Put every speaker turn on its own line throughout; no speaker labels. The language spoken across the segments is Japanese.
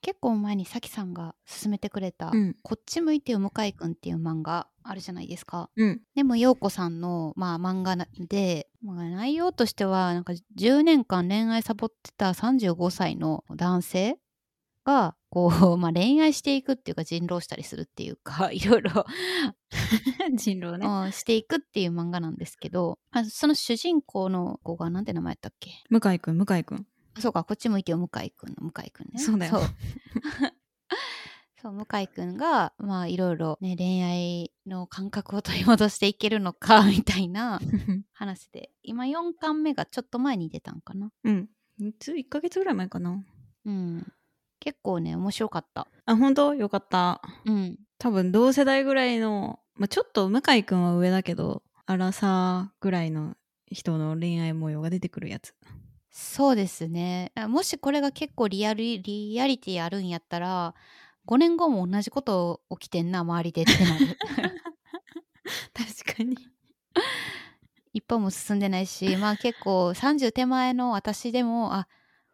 結構前にさきさんが勧めてくれた、
うん
こっち向いてよ向井くんっていう漫画あるじゃないですか。
うん
でも陽子さんの、まあ、漫画なで、まあ、内容としてはなんか10年間恋愛サボってた35歳の男性がこう、 まあ、恋愛していくっていうか人狼したりするっていうか いろいろ
人狼ね
うんしていくっていう漫画なんですけどあその主人公の子が何て名前だったっけ
向井くん向井くん
あそうかこっち向いてよ向井くんの向井くんね
そうだ
そ
よ
う そう向井くんがまあいろいろね恋愛の感覚を取り戻していけるのかみたいな話で今4巻目がちょっと前に出たんかな
うんつ1ヶ月ぐらい前かな
うん結構ね面白かった
あ本当よかった
うん
多分同世代ぐらいの、まあ、ちょっと向井くんは上だけど荒さぐらいの人の恋愛模様が出てくるやつ
そうですねあもしこれが結構リアルリアリティあるんやったら5年後も同じこと起きてんな周りでってなる
確かに
一歩も進んでないしまあ結構30手前の私でもあ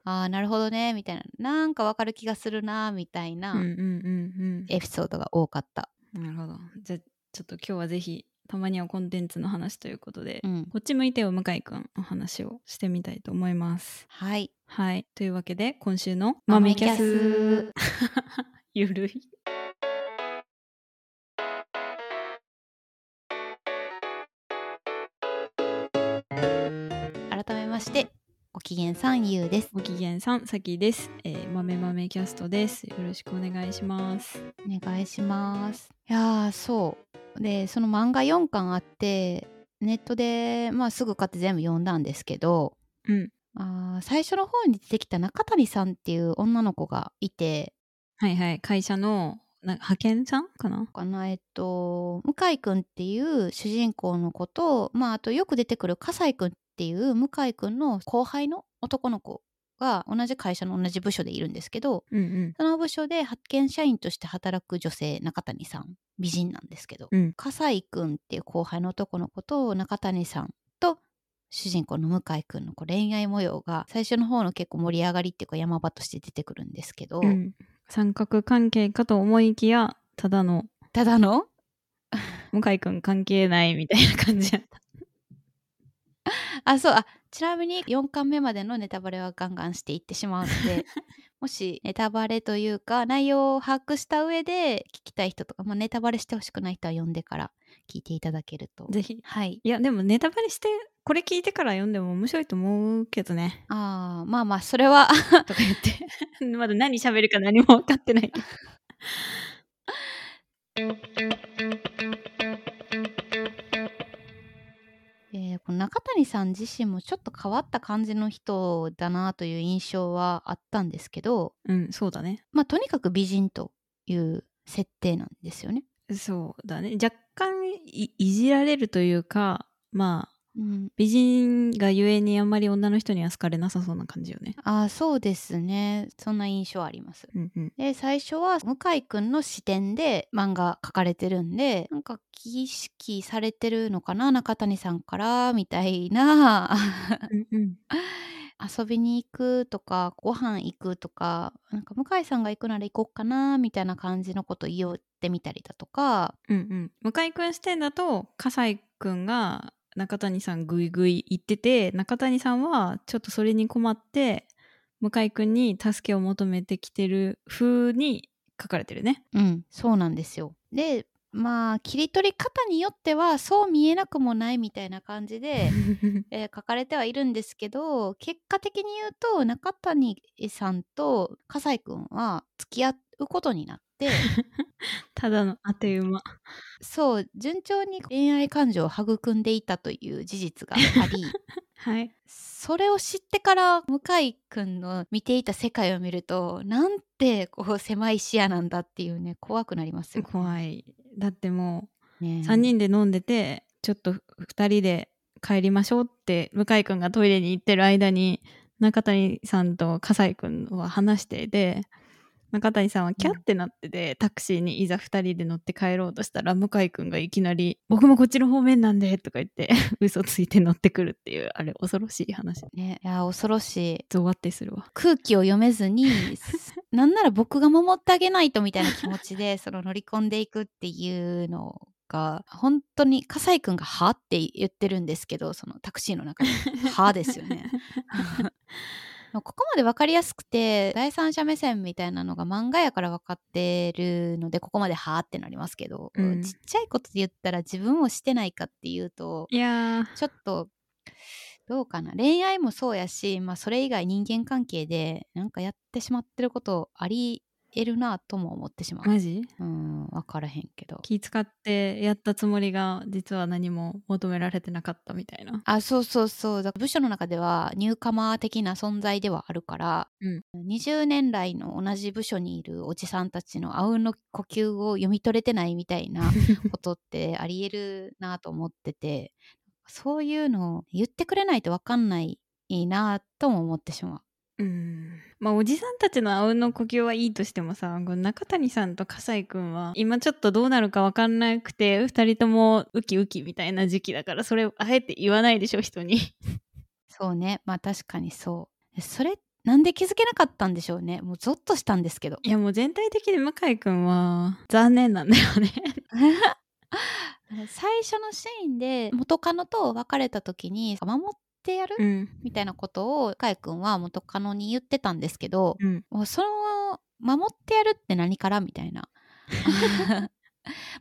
あーなるほどねみたいななんかわかる気がするなみたい
うんうん
な
うん
エピソードが多かった、
うんなるほどじゃあちょっと今日はぜひたまにはコンテンツの話ということで、
うん、
こっち向いてよ向井くんお話をしてみたいと思います
はい
はいというわけで今週のマミキャス ゆるい
改めましてご機嫌さんゆうです
ご機嫌さんさきです、えー、マメマメキャストですよろしくお願いします
お願いしますいやーそうでその漫画4巻あってネットで、まあ、すぐ買って全部読んだんですけど
うん
あー最初の方に出てきた中谷さんっていう女の子がいて
はいはい会社のなんか派遣さんかな
かなえっと向井くんっていう主人公の子と、まあ、あとよく出てくる笠井くんっていう向井くんの後輩の男の子が同じ会社の同じ部署でいるんですけど
うんうん
その部署で派遣社員として働く女性中谷さん美人なんですけど
うん
笠井くんっていう後輩の男の子と中谷さんと主人公の向井くんのこう恋愛模様が最初の方の結構盛り上がりっていうか山場として出てくるんですけど、
うん三角関係かと思いきやただの
ただの
向井くん関係ないみたいな感じやった
あそうあちなみに4巻目までのネタバレはガンガンしていってしまうの でもしネタバレというか内容を把握した上で聞きたい人とか、まあ、ネタバレしてほしくない人は読んでから聞いていただけると
ぜひ
はい
いやでもネタバレしてこれ聞いてから読んでも面白いと思うけど ね
あーまあまあそれは
とか言って まだ何喋るか何も分かってないけど
えーこの中谷さん自身もちょっと変わった感じの人だなという印象はあったんですけど、
うんそうだね
まあ、とにかく美人という設定なんですよね。
そうだね若干いいじられるというかまあ
うん、
美人がゆえにあんまり女の人には好かれなさそうな感じよね
あーそうですねそんな印象あります。
うんうん
で最初は向井くんの視点で漫画書かれてるんでなんか意識されてるのかな中谷さんからみたいな
うんうん
遊びに行くとかご飯行くとかなんか向井さんが行くなら行こうかなみたいな感じのこと言おうってみたりだとか
うんうん向井くん視点だと笠井くんが中谷さんグイグイ言ってて中谷さんはちょっとそれに困って向井くんに助けを求めてきてる風に書かれてるね
うんそうなんですよ。でまあ切り取り方によってはそう見えなくもないみたいな感じで。えー書かれてはいるんですけど結果的に言うと中谷さんと笠井君は付き合うことになって
ただのあて馬
そう順調に恋愛感情を育んでいたという事実があ り
はい
それを知ってから向井君の見ていた世界を見るとなんてこう狭い視野なんだっていうね怖くなりますよ、
怖いだってもう
ね、
3人で飲んでてちょっと2人で帰りましょうって向井くんがトイレに行ってる間に中谷さんと笠井くんは話していて中谷さんはキャッてなってて、タクシーにいざ2人で乗って帰ろうとしたら向井くんがいきなり「僕もこっちの方面なんで」とか言って 嘘ついて乗ってくるっていうあれ恐ろしい話
ねいや恐ろしい
ゾワってするわ
空気を読めずに すなんなら僕が守ってあげないとみたいな気持ちで その乗り込んでいくっていうのが本当に笠井君が「は?」って言ってるんですけどそのタクシーの中で「は?」ですよね。 ここまで分かりやすくて第三者目線みたいなのが漫画やから分かってるのでここまで「は?」ってなりますけど、
うん
ちっちゃいことで言ったら自分をしてないかっていうと
いやー
ちょっとどうかな恋愛もそうやし、まあ、それ以外人間関係でなんかやってしまってることありえるなとも思ってしまう。
マジ
うん分からへんけど
気使ってやったつもりが実は何も求められてなかったみたいな。
あそうそうそうだから部署の中ではニューカマー的な存在ではあるから、
うん
20年来の同じ部署にいるおじさんたちのあうんの呼吸を読み取れてないみた いなことってありえるなと思っててそういうのを言ってくれないと分かんないなとも思ってしまう。
うんまあおじさんたちのあうんの呼吸はいいとしてもさこの中谷さんと笠井君は今ちょっとどうなるか分かんなくて2人ともウキウキみたいな時期だからそれあえて言わないでしょ人に。
そうねまあ確かにそうそれなんで気づけなかったんでしょうねもうゾッとしたんですけど
いやもう全体的に向井君は残念なんだよね。
最初のシーンで元カノと別れた時に守ってやる、
うん
みたいなことをかいくんは元カノに言ってたんですけど
うん
もうその守ってやるって何からみたいな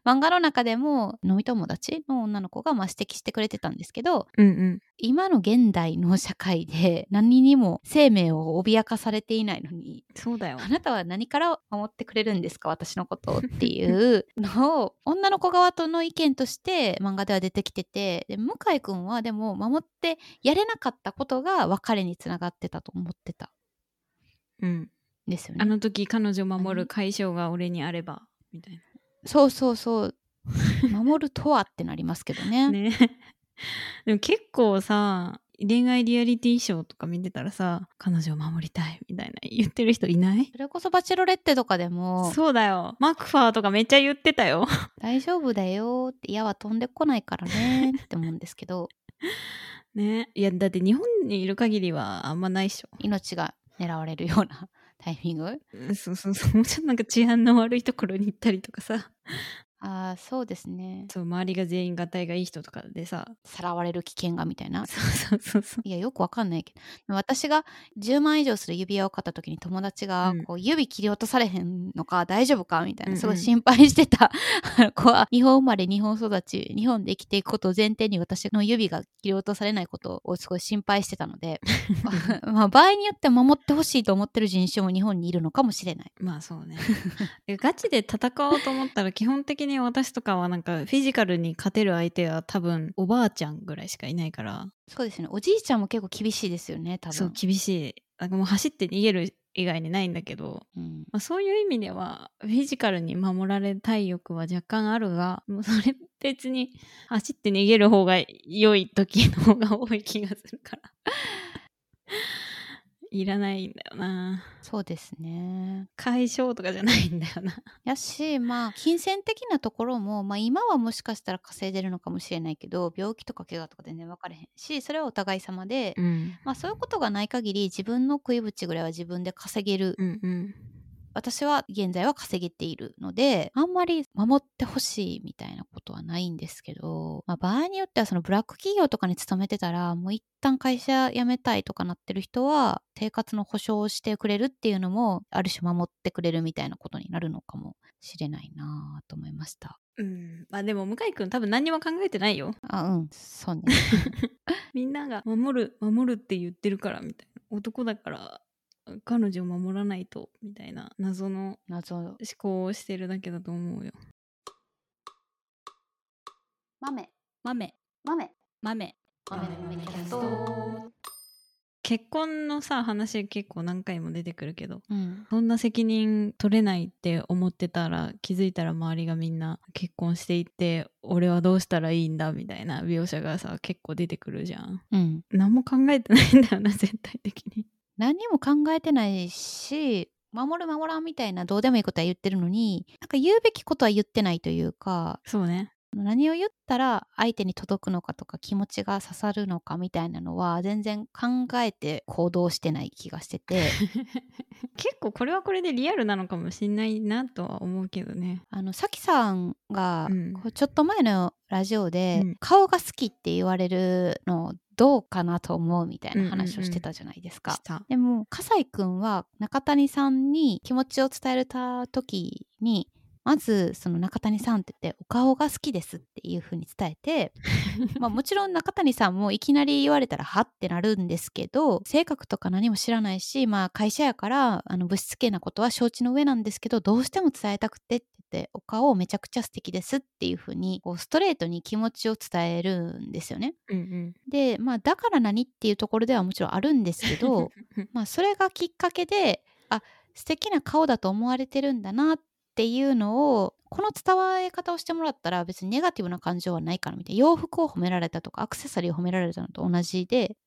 漫画の中でも飲み友達の女の子がまあ指摘してくれてたんですけど
うんうん
今の現代の社会で何にも生命を脅かされていないのに
そうだよ
あ。なたは何から守ってくれるんですか私のことをって いうのを女の子側との意見として漫画では出てきててで向井君はでも守ってやれなかったことが別れにつながってたと思ってた
うん、
んですよ
あ
ね。
の時彼女守る解消が俺にあればみたい
そうそうそう守るとはってなりますけどね。
な。 ね。でも結構さ恋愛リアリティショーとか見てたらさ彼女を守りたいみたいな言ってる人いない
それこそバチェロレッテとかでも
そうだよ。マクファーとかめっちゃ言ってたよ。
大丈夫だよって矢は飛んでこないからねって思うんですけど
ね。いや、だって日本にいる限りはあんまないっしょ。
命が狙われるようなタイミング
うんそうそうそう。もうちょっとなんか治安の悪いところに行ったりとかさ。
ああそうですね
そう、周りが全員合体がいい人とかでさ。
さらわれる危険がみたいな
そうそうそうそう。
いやよくわかんないけどでも私が10万以上する指輪を買った時に友達が
うん
こう、指切り落とされへんのか大丈夫かみたい
うんう
なんすごい心配してた あの子は日本生まれ日本育ち日本で生きていくことを前提に私の指が切り落とされないことをすごい心配してたの でまあ場合によっては守ってほしいと思ってる人種も日本にいるのかもしれない。
まあそうね。えガチで戦おうと思ったら基本的に私とかはなんかフィジカルに勝てる相手は多分おばあちゃんぐらいしかいないから。
そうですねおじいちゃんも結構厳しいですよね多分
そう、厳しい。なんかもう走って逃げる以外にないんだけど。
うん
まあ、そういう意味ではフィジカルに守られたい欲は若干あるがもうそれ別に走って逃げる方が良い時の方が多い気がするから いらないんだよな
そうですね
解消とかじゃないんだよな
やしまあ金銭的なところも、まあ、今はもしかしたら稼いでるのかもしれないけど病気とか怪我とか全然分かれへんしそれはお互い様で、
うん
まあ、そういうことがない限り自分の食いぶちぐらいは自分で稼げる、
うんうん
私は現在は稼げているのであんまり守ってほしいみたいなことはないんですけど、まあ、場合によってはそのブラック企業とかに勤めてたらもう一旦会社辞めたいとかなってる人は生活の保障をしてくれるっていうのもある種守ってくれるみたいなことになるのかもしれないなぁと思いました
うん、まあでも向井君多分何にも考えてないよ
あうん そうね
みんなが守る守るって言ってるからみたいな男だから彼女を守らないとみたいな謎の
謎
思考をしてるだけだと思うよ
豆
豆
豆
豆
豆豆キャスト
結婚のさ話結構何回も出てくるけど
うん
そんな責任取れないって思ってたら気づいたら周りがみんな結婚していって俺はどうしたらいいんだみたいな描写がさ結構出てくるじゃん
うん
何も考えてないんだよな 全体的に
何も考えてないし守る守らんみたいなどうでもいいことは言ってるのになんか言うべきことは言ってないというか
そうね
何を言ったら相手に届くのかとか気持ちが刺さるのかみたいなのは全然考えて行動してない気がして て
結構これはこれでリアルなのかもしんないなとは思うけどね。
あのさきさんが
うん
こうちょっと前のラジオで、
うん
顔が好きって言われるのどうかなと思うみたいな話をしてたじゃないですか。
した。
でも笠井くんは中谷さんに気持ちを伝えた時にまずその中谷さんって言ってお顔が好きですっていう風に伝えてまあもちろん中谷さんもいきなり言われたらはってなるんですけど性格とか何も知らないしまあ会社やからあのぶしつけなことは承知の上なんですけどどうしても伝えたくてって言ってお顔をめちゃくちゃ素敵ですっていう風にこうストレートに気持ちを伝えるんですよね。
うんうん。
でまあだから何っていうところではもちろんあるんですけどまあそれがきっかけであ素敵な顔だと思われてるんだなっていうのをこの伝わり方をしてもらったら別にネガティブな感情はないからみたいな洋服を褒められたとかアクセサリーを褒められたのと同じで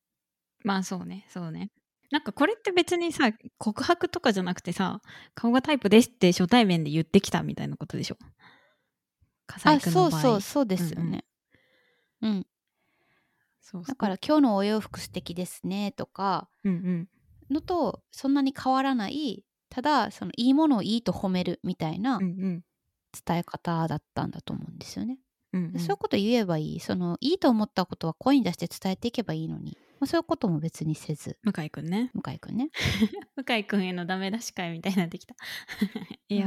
まあそうね、そうね。なんかこれって別にさ、告白とかじゃなくてさ、顔がタイプですって初対面で言ってきたみたいなことでしょ。笠
あ
井君
そ
の
う
場合
そうそうですよね。うん、
そう
だから、今日のお洋服素敵ですねとか
うんうん。
のとそんなに変わらないただそのいいものをいいと褒めるみたいな
うんうん。
伝え方だったんだと思うんですよね。
うんうん
そういうこと言えばいいそのいいと思ったことは声に出して伝えていけばいいのに、まあ、そういうことも別にせず
向井くんね。
向井くん ね
向井くんへのダメ出し会みたいになってきた。いや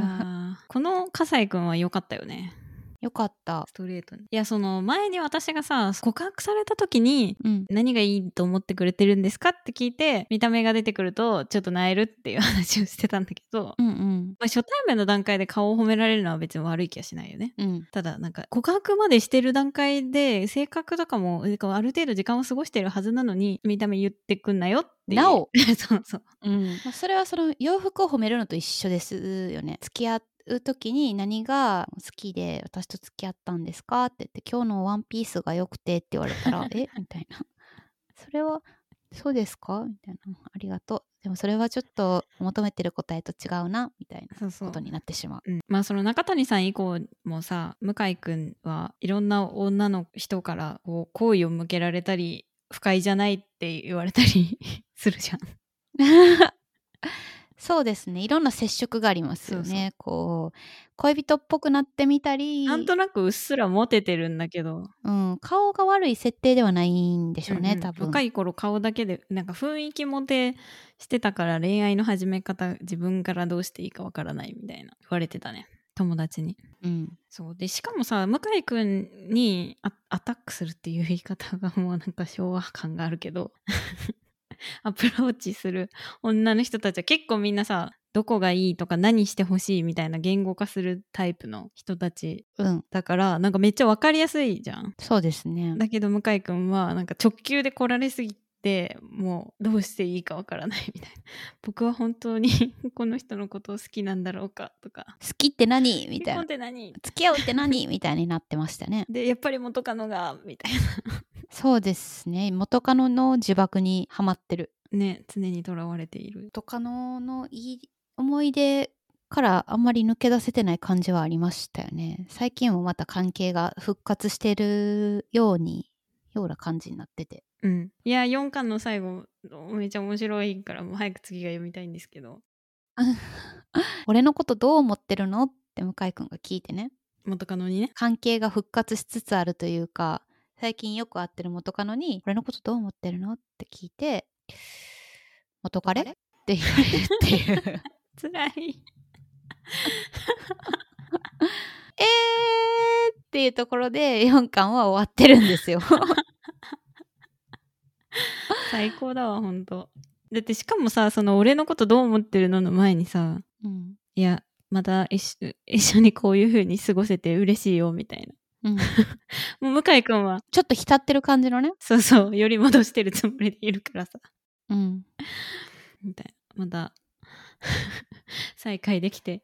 ー、この笠井くんは良かったよね。
よかった
ストレートに。いや、その前に私がさ、告白された時に、
うん
何がいいと思ってくれてるんですかって聞いて見た目が出てくるとちょっと萎えるっていう話をしてたんだけど、ま
うんうん
あ、初対面の段階で顔を褒められるのは別に悪い気はしないよね
うん
ただなんか告白までしてる段階で性格とかもなんかある程度時間を過ごしてるはずなのに見た目言ってくんなよっていう
なお
そうそう
うん、まあ、それはその洋服を褒めるのと一緒ですよね付き合う時に何が好きで私と付き合ったんですかって言って今日のワンピースが良くてって言われ たらえみたいなそれはそうですかみたいなありがとうでもそれはちょっと求めてる答えと違うなみたいな
そうそ
こ
う
とになってしまう
うん、まあその中谷さん以降もさ向井くんはいろんな女の人からこう好意を向けられたり不快じゃないって言われたり するじゃん。
そうですねいろんな接触がありますよね
そうそ
こう恋人っぽくなってみたり
なんとなくうっすらモテてるんだけど、
うん、顔が悪い設定ではないんでしょうね、
うんうん
多分
若い頃顔だけでなんか雰囲気モテしてたから恋愛の始め方自分からどうしていいかわからないみたいな言われてたね友達に。
うん、
そうでしかもさ向井くんにアアタックするっていう言い方がもうなんか昭和感があるけど アプローチする女の人たちは結構みんなさどこがいいとか何してほしいみたいな言語化するタイプの人たち
うん、
だからなんかめっちゃ分かりやすいじゃん。
そうですね
だけど向井くんはなんか直球で来られすぎてもうどうしていいかわからない みたいな僕は本当に この人のことを好きなんだろうかとか
好きって何みたい
結婚
な
って何
付き合うって何みたいになってましたね
でやっぱり元カノがみたいな
そうですね元カノの自爆にはまってる
ね常にとらわれている
元カノのいい思い出からあんまり抜け出せてない感じはありましたよね最近もまた関係が復活してるようにような感じになってて
うんいや4巻の最後めちゃ面白いからもう早く次が読みたいんですけど
俺のことどう思ってるのって向井くんが聞いてね
元カノにね
関係が復活しつつあるというか最近よく会ってる元カノに「俺のことどう思ってるの?」って聞いて「元カレ?」って言われるっていう
辛い
えーっていうところで4巻は終わってるんです よ
最高だわ本当だってしかもさその俺のことどう思ってるのの前にさ
うん
いや、また一緒一緒にこういう風に過ごせて嬉しいよ、みたいな。
うん、
もう向井くんは、
ちょっと浸ってる感じのね、
そうそう、より戻してるつもりでいるからさ、
うん、
みたいな。また、再会できて、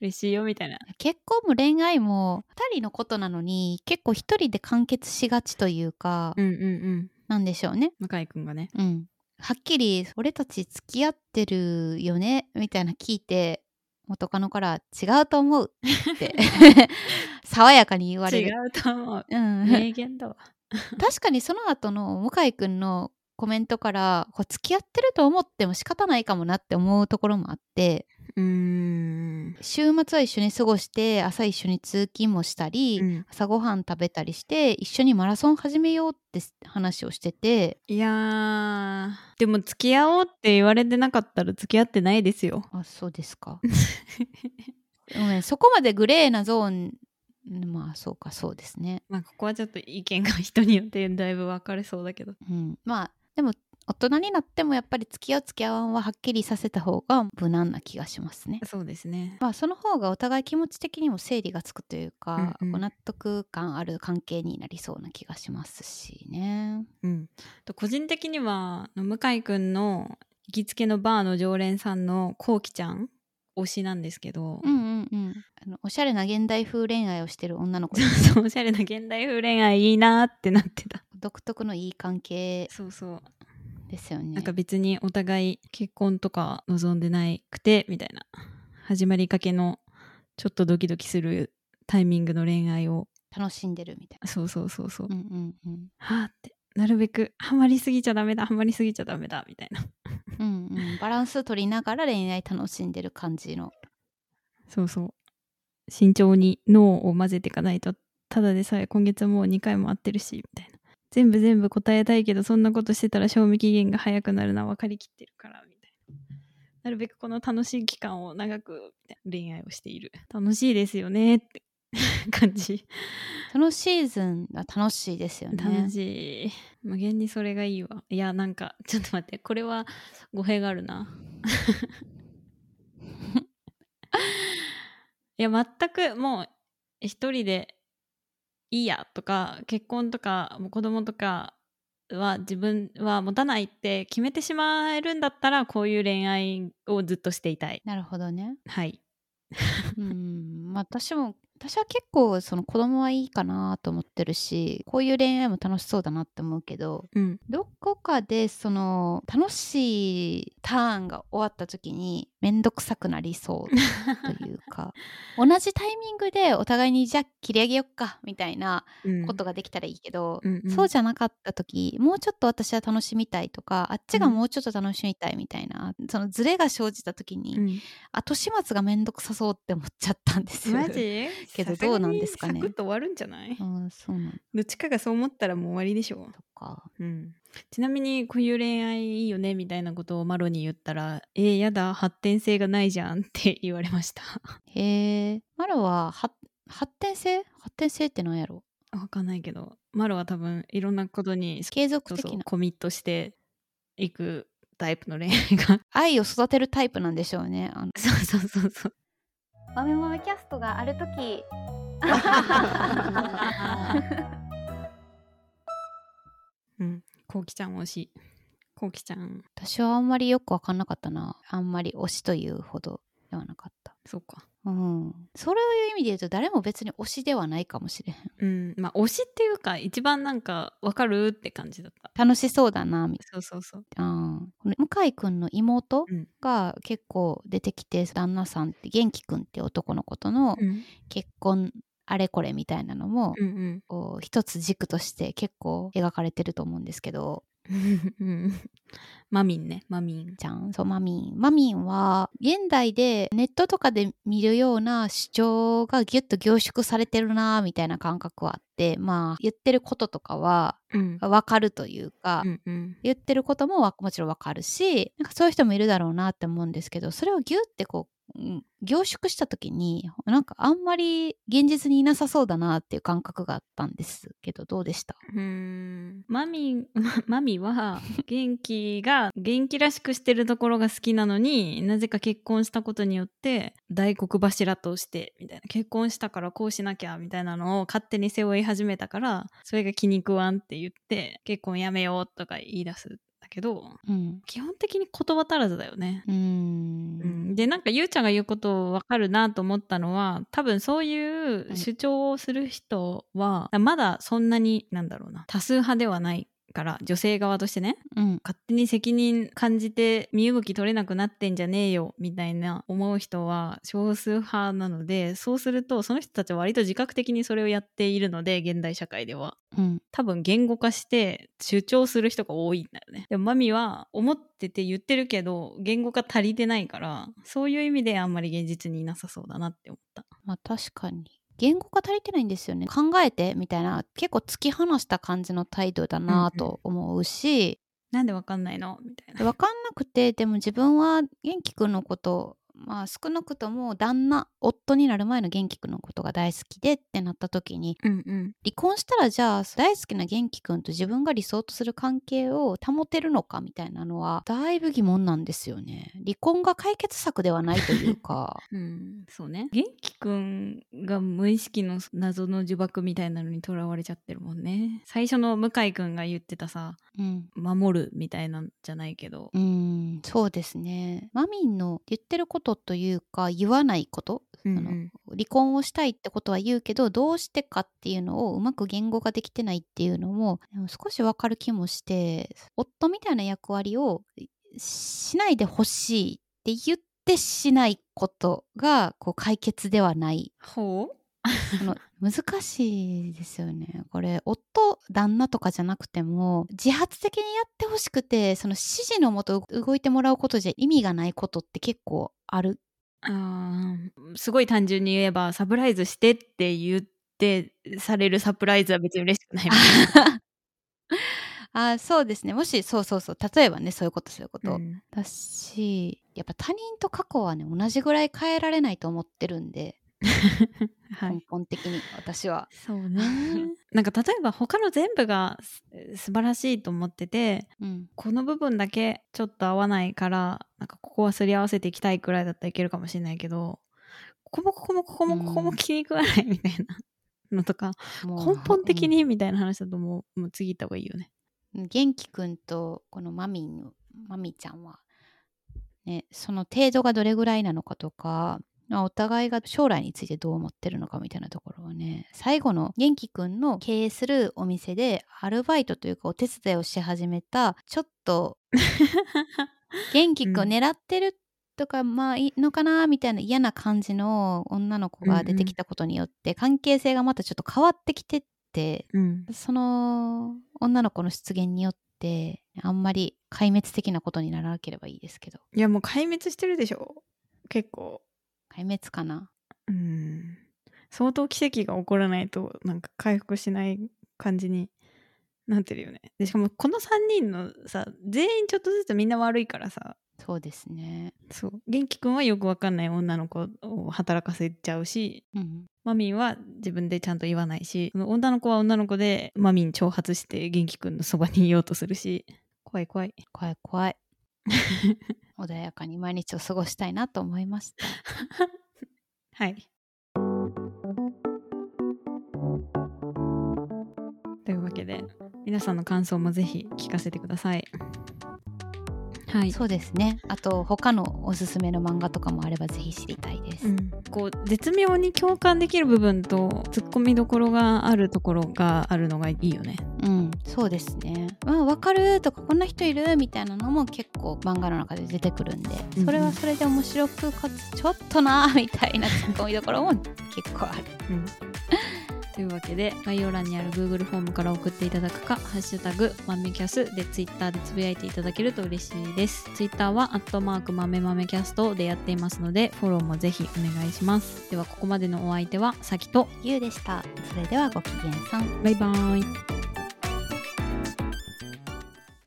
嬉しいよ、みたいな。
結婚も恋愛も2人のことなのに結構1人で完結しがちというか、
うんうん
なんでしょうね、
うん。向井くんがね。
うん、はっきり「俺たち付き合ってるよね」みたいな聞いて「元カノから違うと思うって 爽やかに言われ
違
る。
うと思う。
うん、
名言だわ。
確かにその後の向井くんのコメントからこう付き合ってると思っても仕方ないかもなって思うところもあって
うーん。
週末は一緒に過ごして朝一緒に通勤もしたり、
うん
朝ごはん食べたりして一緒にマラソン始めようって話をしてて
いやー、でも付き合おうって言われてなかったら付き合ってないですよ。
あそうですかうんそこまでグレーなゾーンまあそうかそうですね、
まあここはちょっと意見が人によってだいぶ分かれそうだけど。
うん、まあでも大人になってもやっぱり付き合う付き合わんははっきりさせた方が無難な気がしますね
そうですね。
まあ、その方がお互い気持ち的にも整理がつくというか、
うんうん
こう納得感ある関係になりそうな気がしますしね。
うん。と個人的にはあの向井くんの行きつけのバーの常連さんのこうきちゃん推しなんですけど、
うんうんうん。あのおしゃれな現代風恋愛をしてる女の 子
そうそうおしゃれな現代風恋愛いいなーってなってた。
独特のいい関係
そうそう。
ですよね。
なんか別にお互い結婚とか望んでないくてみたいな始まりかけのちょっとドキドキするタイミングの恋愛を
楽しんでるみたい
そうそうそうそう、
な。うんうんうん。
はあってなるべくハマりすぎちゃダメだハマりすぎちゃダメだみたいな
うんうん、バランス取りながら恋愛楽しんでる感じの。
そうそう慎重に脳を混ぜていかないとただでさえ今月もう2回も会ってるしみたいな全部全部答えたいけどそんなことしてたら賞味期限が早くなるのは分かりきってるからみたいななるべくこの楽しい期間を長くみたいな恋愛をしている楽しいですよねって感じ
そのシーズンは楽しいですよね。
楽しい、無限にそれがいいわいやなんかちょっと待ってこれは語弊があるないや全くもう一人でいいやとか結婚とかもう子供とかは自分は持たないって決めてしまえるんだったらこういう恋愛をずっとしていたい
なるほどね。
はい
うん、まあ私も私は結構その子供はいいかなと思ってるしこういう恋愛も楽しそうだなって思うけど
うん
どこかでその楽しいターンが終わった時に面倒くさくなりそうという か同じタイミングでお互いにじゃあ切り上げよっかみたいなことができたらいいけど、
うんうん
そうじゃなかった時もうちょっと私は楽しみたいとかあっちがもうちょっと楽しみたいみたいな、そのズレが生じた時に、
うん
後始末がめんどくさそうって思っちゃったんですよ。
マジ
けど
さすがに
どうなんですかね
サクッと終わるんじゃない
うん、そうなん
どっちかがそう思ったらもう終わりでしょ
とか。
うん、ちなみにこういう恋愛いいよねみたいなことをマロに言ったら「えー、やだ発展性がないじゃん」って言われました
へえ。マロはは発展性発展性ってなんやろ
わかんないけどマロは多分いろんなことに
継続
そう
的
そう
な
コミットしていくタイプの恋愛が
愛を育てるタイプなんでしょうね。あの
そうそうそう そう
マメマメキャストがあるとき。
うんこうきちゃん推しこうきちゃん
私はあんまりよくわかんなかったな。あんまり推しというほどではなかった。
そうか
うん。そういう意味で言うと誰も別に推しではないかもしれへん。
うんまあ推しっていうか一番なんかわかるって感じだった
楽しそうだなみ
そうそうそう
たいな。この向井くんの妹
うん
が結構出てきて、旦那さんって元気くんって男の子との
うん
結婚あれこれみたいなのも、
うん
こう一つ軸として結構描かれてると思うんですけど
うん マミンねマミン
ちゃんそうマミンマミンは現代でネットとかで見るような主張がギュッと凝縮されてるなみたいな感覚はあってまあ言ってることとかは
うん
分かるというか、
うんうん
言ってることもわもちろんわかるしなんかそういう人もいるだろうなって思うんですけどそれをギュッてこううん凝縮した時になんかあんまり現実にいなさそうだなっていう感覚があったんですけどどうでした
うーんマミマ マミは元気が元気らしくしてるところが好きなのになぜか結婚したことによって大黒柱としてみたいな結婚したからこうしなきゃみたいなのを勝手に背負い始めたからそれが気に食わんって言って結婚やめようとか言い出すんだけど
うん
基本的に言葉足らずだよね。
うーん
うんでなんかゆうちゃんが言うことを分かるなと思ったのは多分そういう主張をする人は、まだそんなになんだろうな多数派ではないから女性側としてね
うん
勝手に責任感じて身動き取れなくなってんじゃねえよみたいな思う人は少数派なのでそうするとその人たちは割と自覚的にそれをやっているので現代社会では
うん
多分言語化して主張する人が多いんだよねでもマミは思ってて言ってるけど言語化足りてないからそういう意味であんまり現実にいなさそうだなって思った
まあ確かに言語が足りてないんですよね考えてみたいな結構突き放した感じの態度だな
うんうん
と思うし、
なんでわかんないのみたいな
分かんなくてでも自分は元気くんのことまあ少なくとも旦那夫になる前の元気くんのことが大好きでってなった時に
うんうん
離婚したらじゃあ大好きな元気くんと自分が理想とする関係を保てるのかみたいなのはだいぶ疑問なんですよね離婚が解決策ではないというか
うん、そうね元気くんが無意識の謎の呪縛みたいなのにとらわれちゃってるもんね最初の向井くんが言ってたさ
うん
守るみたいなんじゃないけど
うーんそうですねマミンの言ってることというか言わないこと、
うんう
その
ん
離婚をしたいってことは言うけどどうしてかっていうのをうまく言語ができてないっていうのもでも少しわかる気もして夫みたいな役割をしないでほしいって言ってしないことがこう解決ではない
ほう
その 難しいですよねこれ夫旦那とかじゃなくても自発的にやってほしくてその指示のもと動いてもらうことじゃ意味がないことって結構ある
あーすごい単純に言えばサプライズしてって言ってされるサプライズは別に嬉しくないみ
あそうですねもしそうそうそう例えばねそういうことそういうこ
たいな
と、だしやっぱ他人と過去はね同じぐらい変えられないと思ってるんで、
は
根
い、
本的に私は。
そう ねなんか例えば他の全部がす素晴らしいと思ってて
うん
この部分だけちょっと合わないからなんかここはすり合わせていきたいくらいだったらいけるかもしれないけどここもここもここもここも
うん
気に食わないみたいな のとか、
もう
根本的にみたいな話だともうもう次行った方がいいよね。
元気くんとこのマミンマミちゃんは、ね、その程度がどれぐらいなのかとか、まあお互いが将来についてどう思ってるのかみたいなところはね最後の元気くんの経営するお店でアルバイトというかお手伝いをし始めたちょっと元気くんを
うん
狙ってるとか、まあいいのかなみたいな嫌な感じの女の子が出てきたことによって関係性がまたちょっと変わってきてって
うん、
その女の子の出現によってあんまり壊滅的なことにならなければいいですけど
いやもう壊滅してるでしょ結構。
壊滅かな
うん相当奇跡が起こらないとなんか回復しない感じになってるよねでしかもこの3人のさ全員ちょっとずつみんな悪いからさ
そうですね
そう元気くんはよくわかんない女の子を働かせちゃうし
うん
マミンは自分でちゃんと言わないしその女の子は女の子でマミン挑発して元気くんのそばにいようとするし怖い怖い
怖い怖 い穏やかに毎日を過ごしたいなと思いました
はいというわけで皆さんの感想もぜひ聞かせてくださいはい
そうですねあと他のおすすめの漫画とかもあればぜひ知りたいです、
こう絶妙に共感できる部分とツッコミどころがあるところがあるのがいいよね。
うん、そうですね。まあ、わかるとか、こんな人いるみたいなのも結構漫画の中で出てくるんで、
うん
それはそれで面白く、かつ、ちょっとなーみたいなツッコミどころも結構ある。
うん というわけで概要欄にある Google フォームから送っていただくか「ハッシュタグまめキャス」で Twitter でつぶやいていただけると嬉しいです Twitter は「アットマークまめまめキャスト」でやっていますのでフォローもぜひお願いしますではここまでのお相手はさきと
ゆうでした。それではごきげんさん。
バイバーイ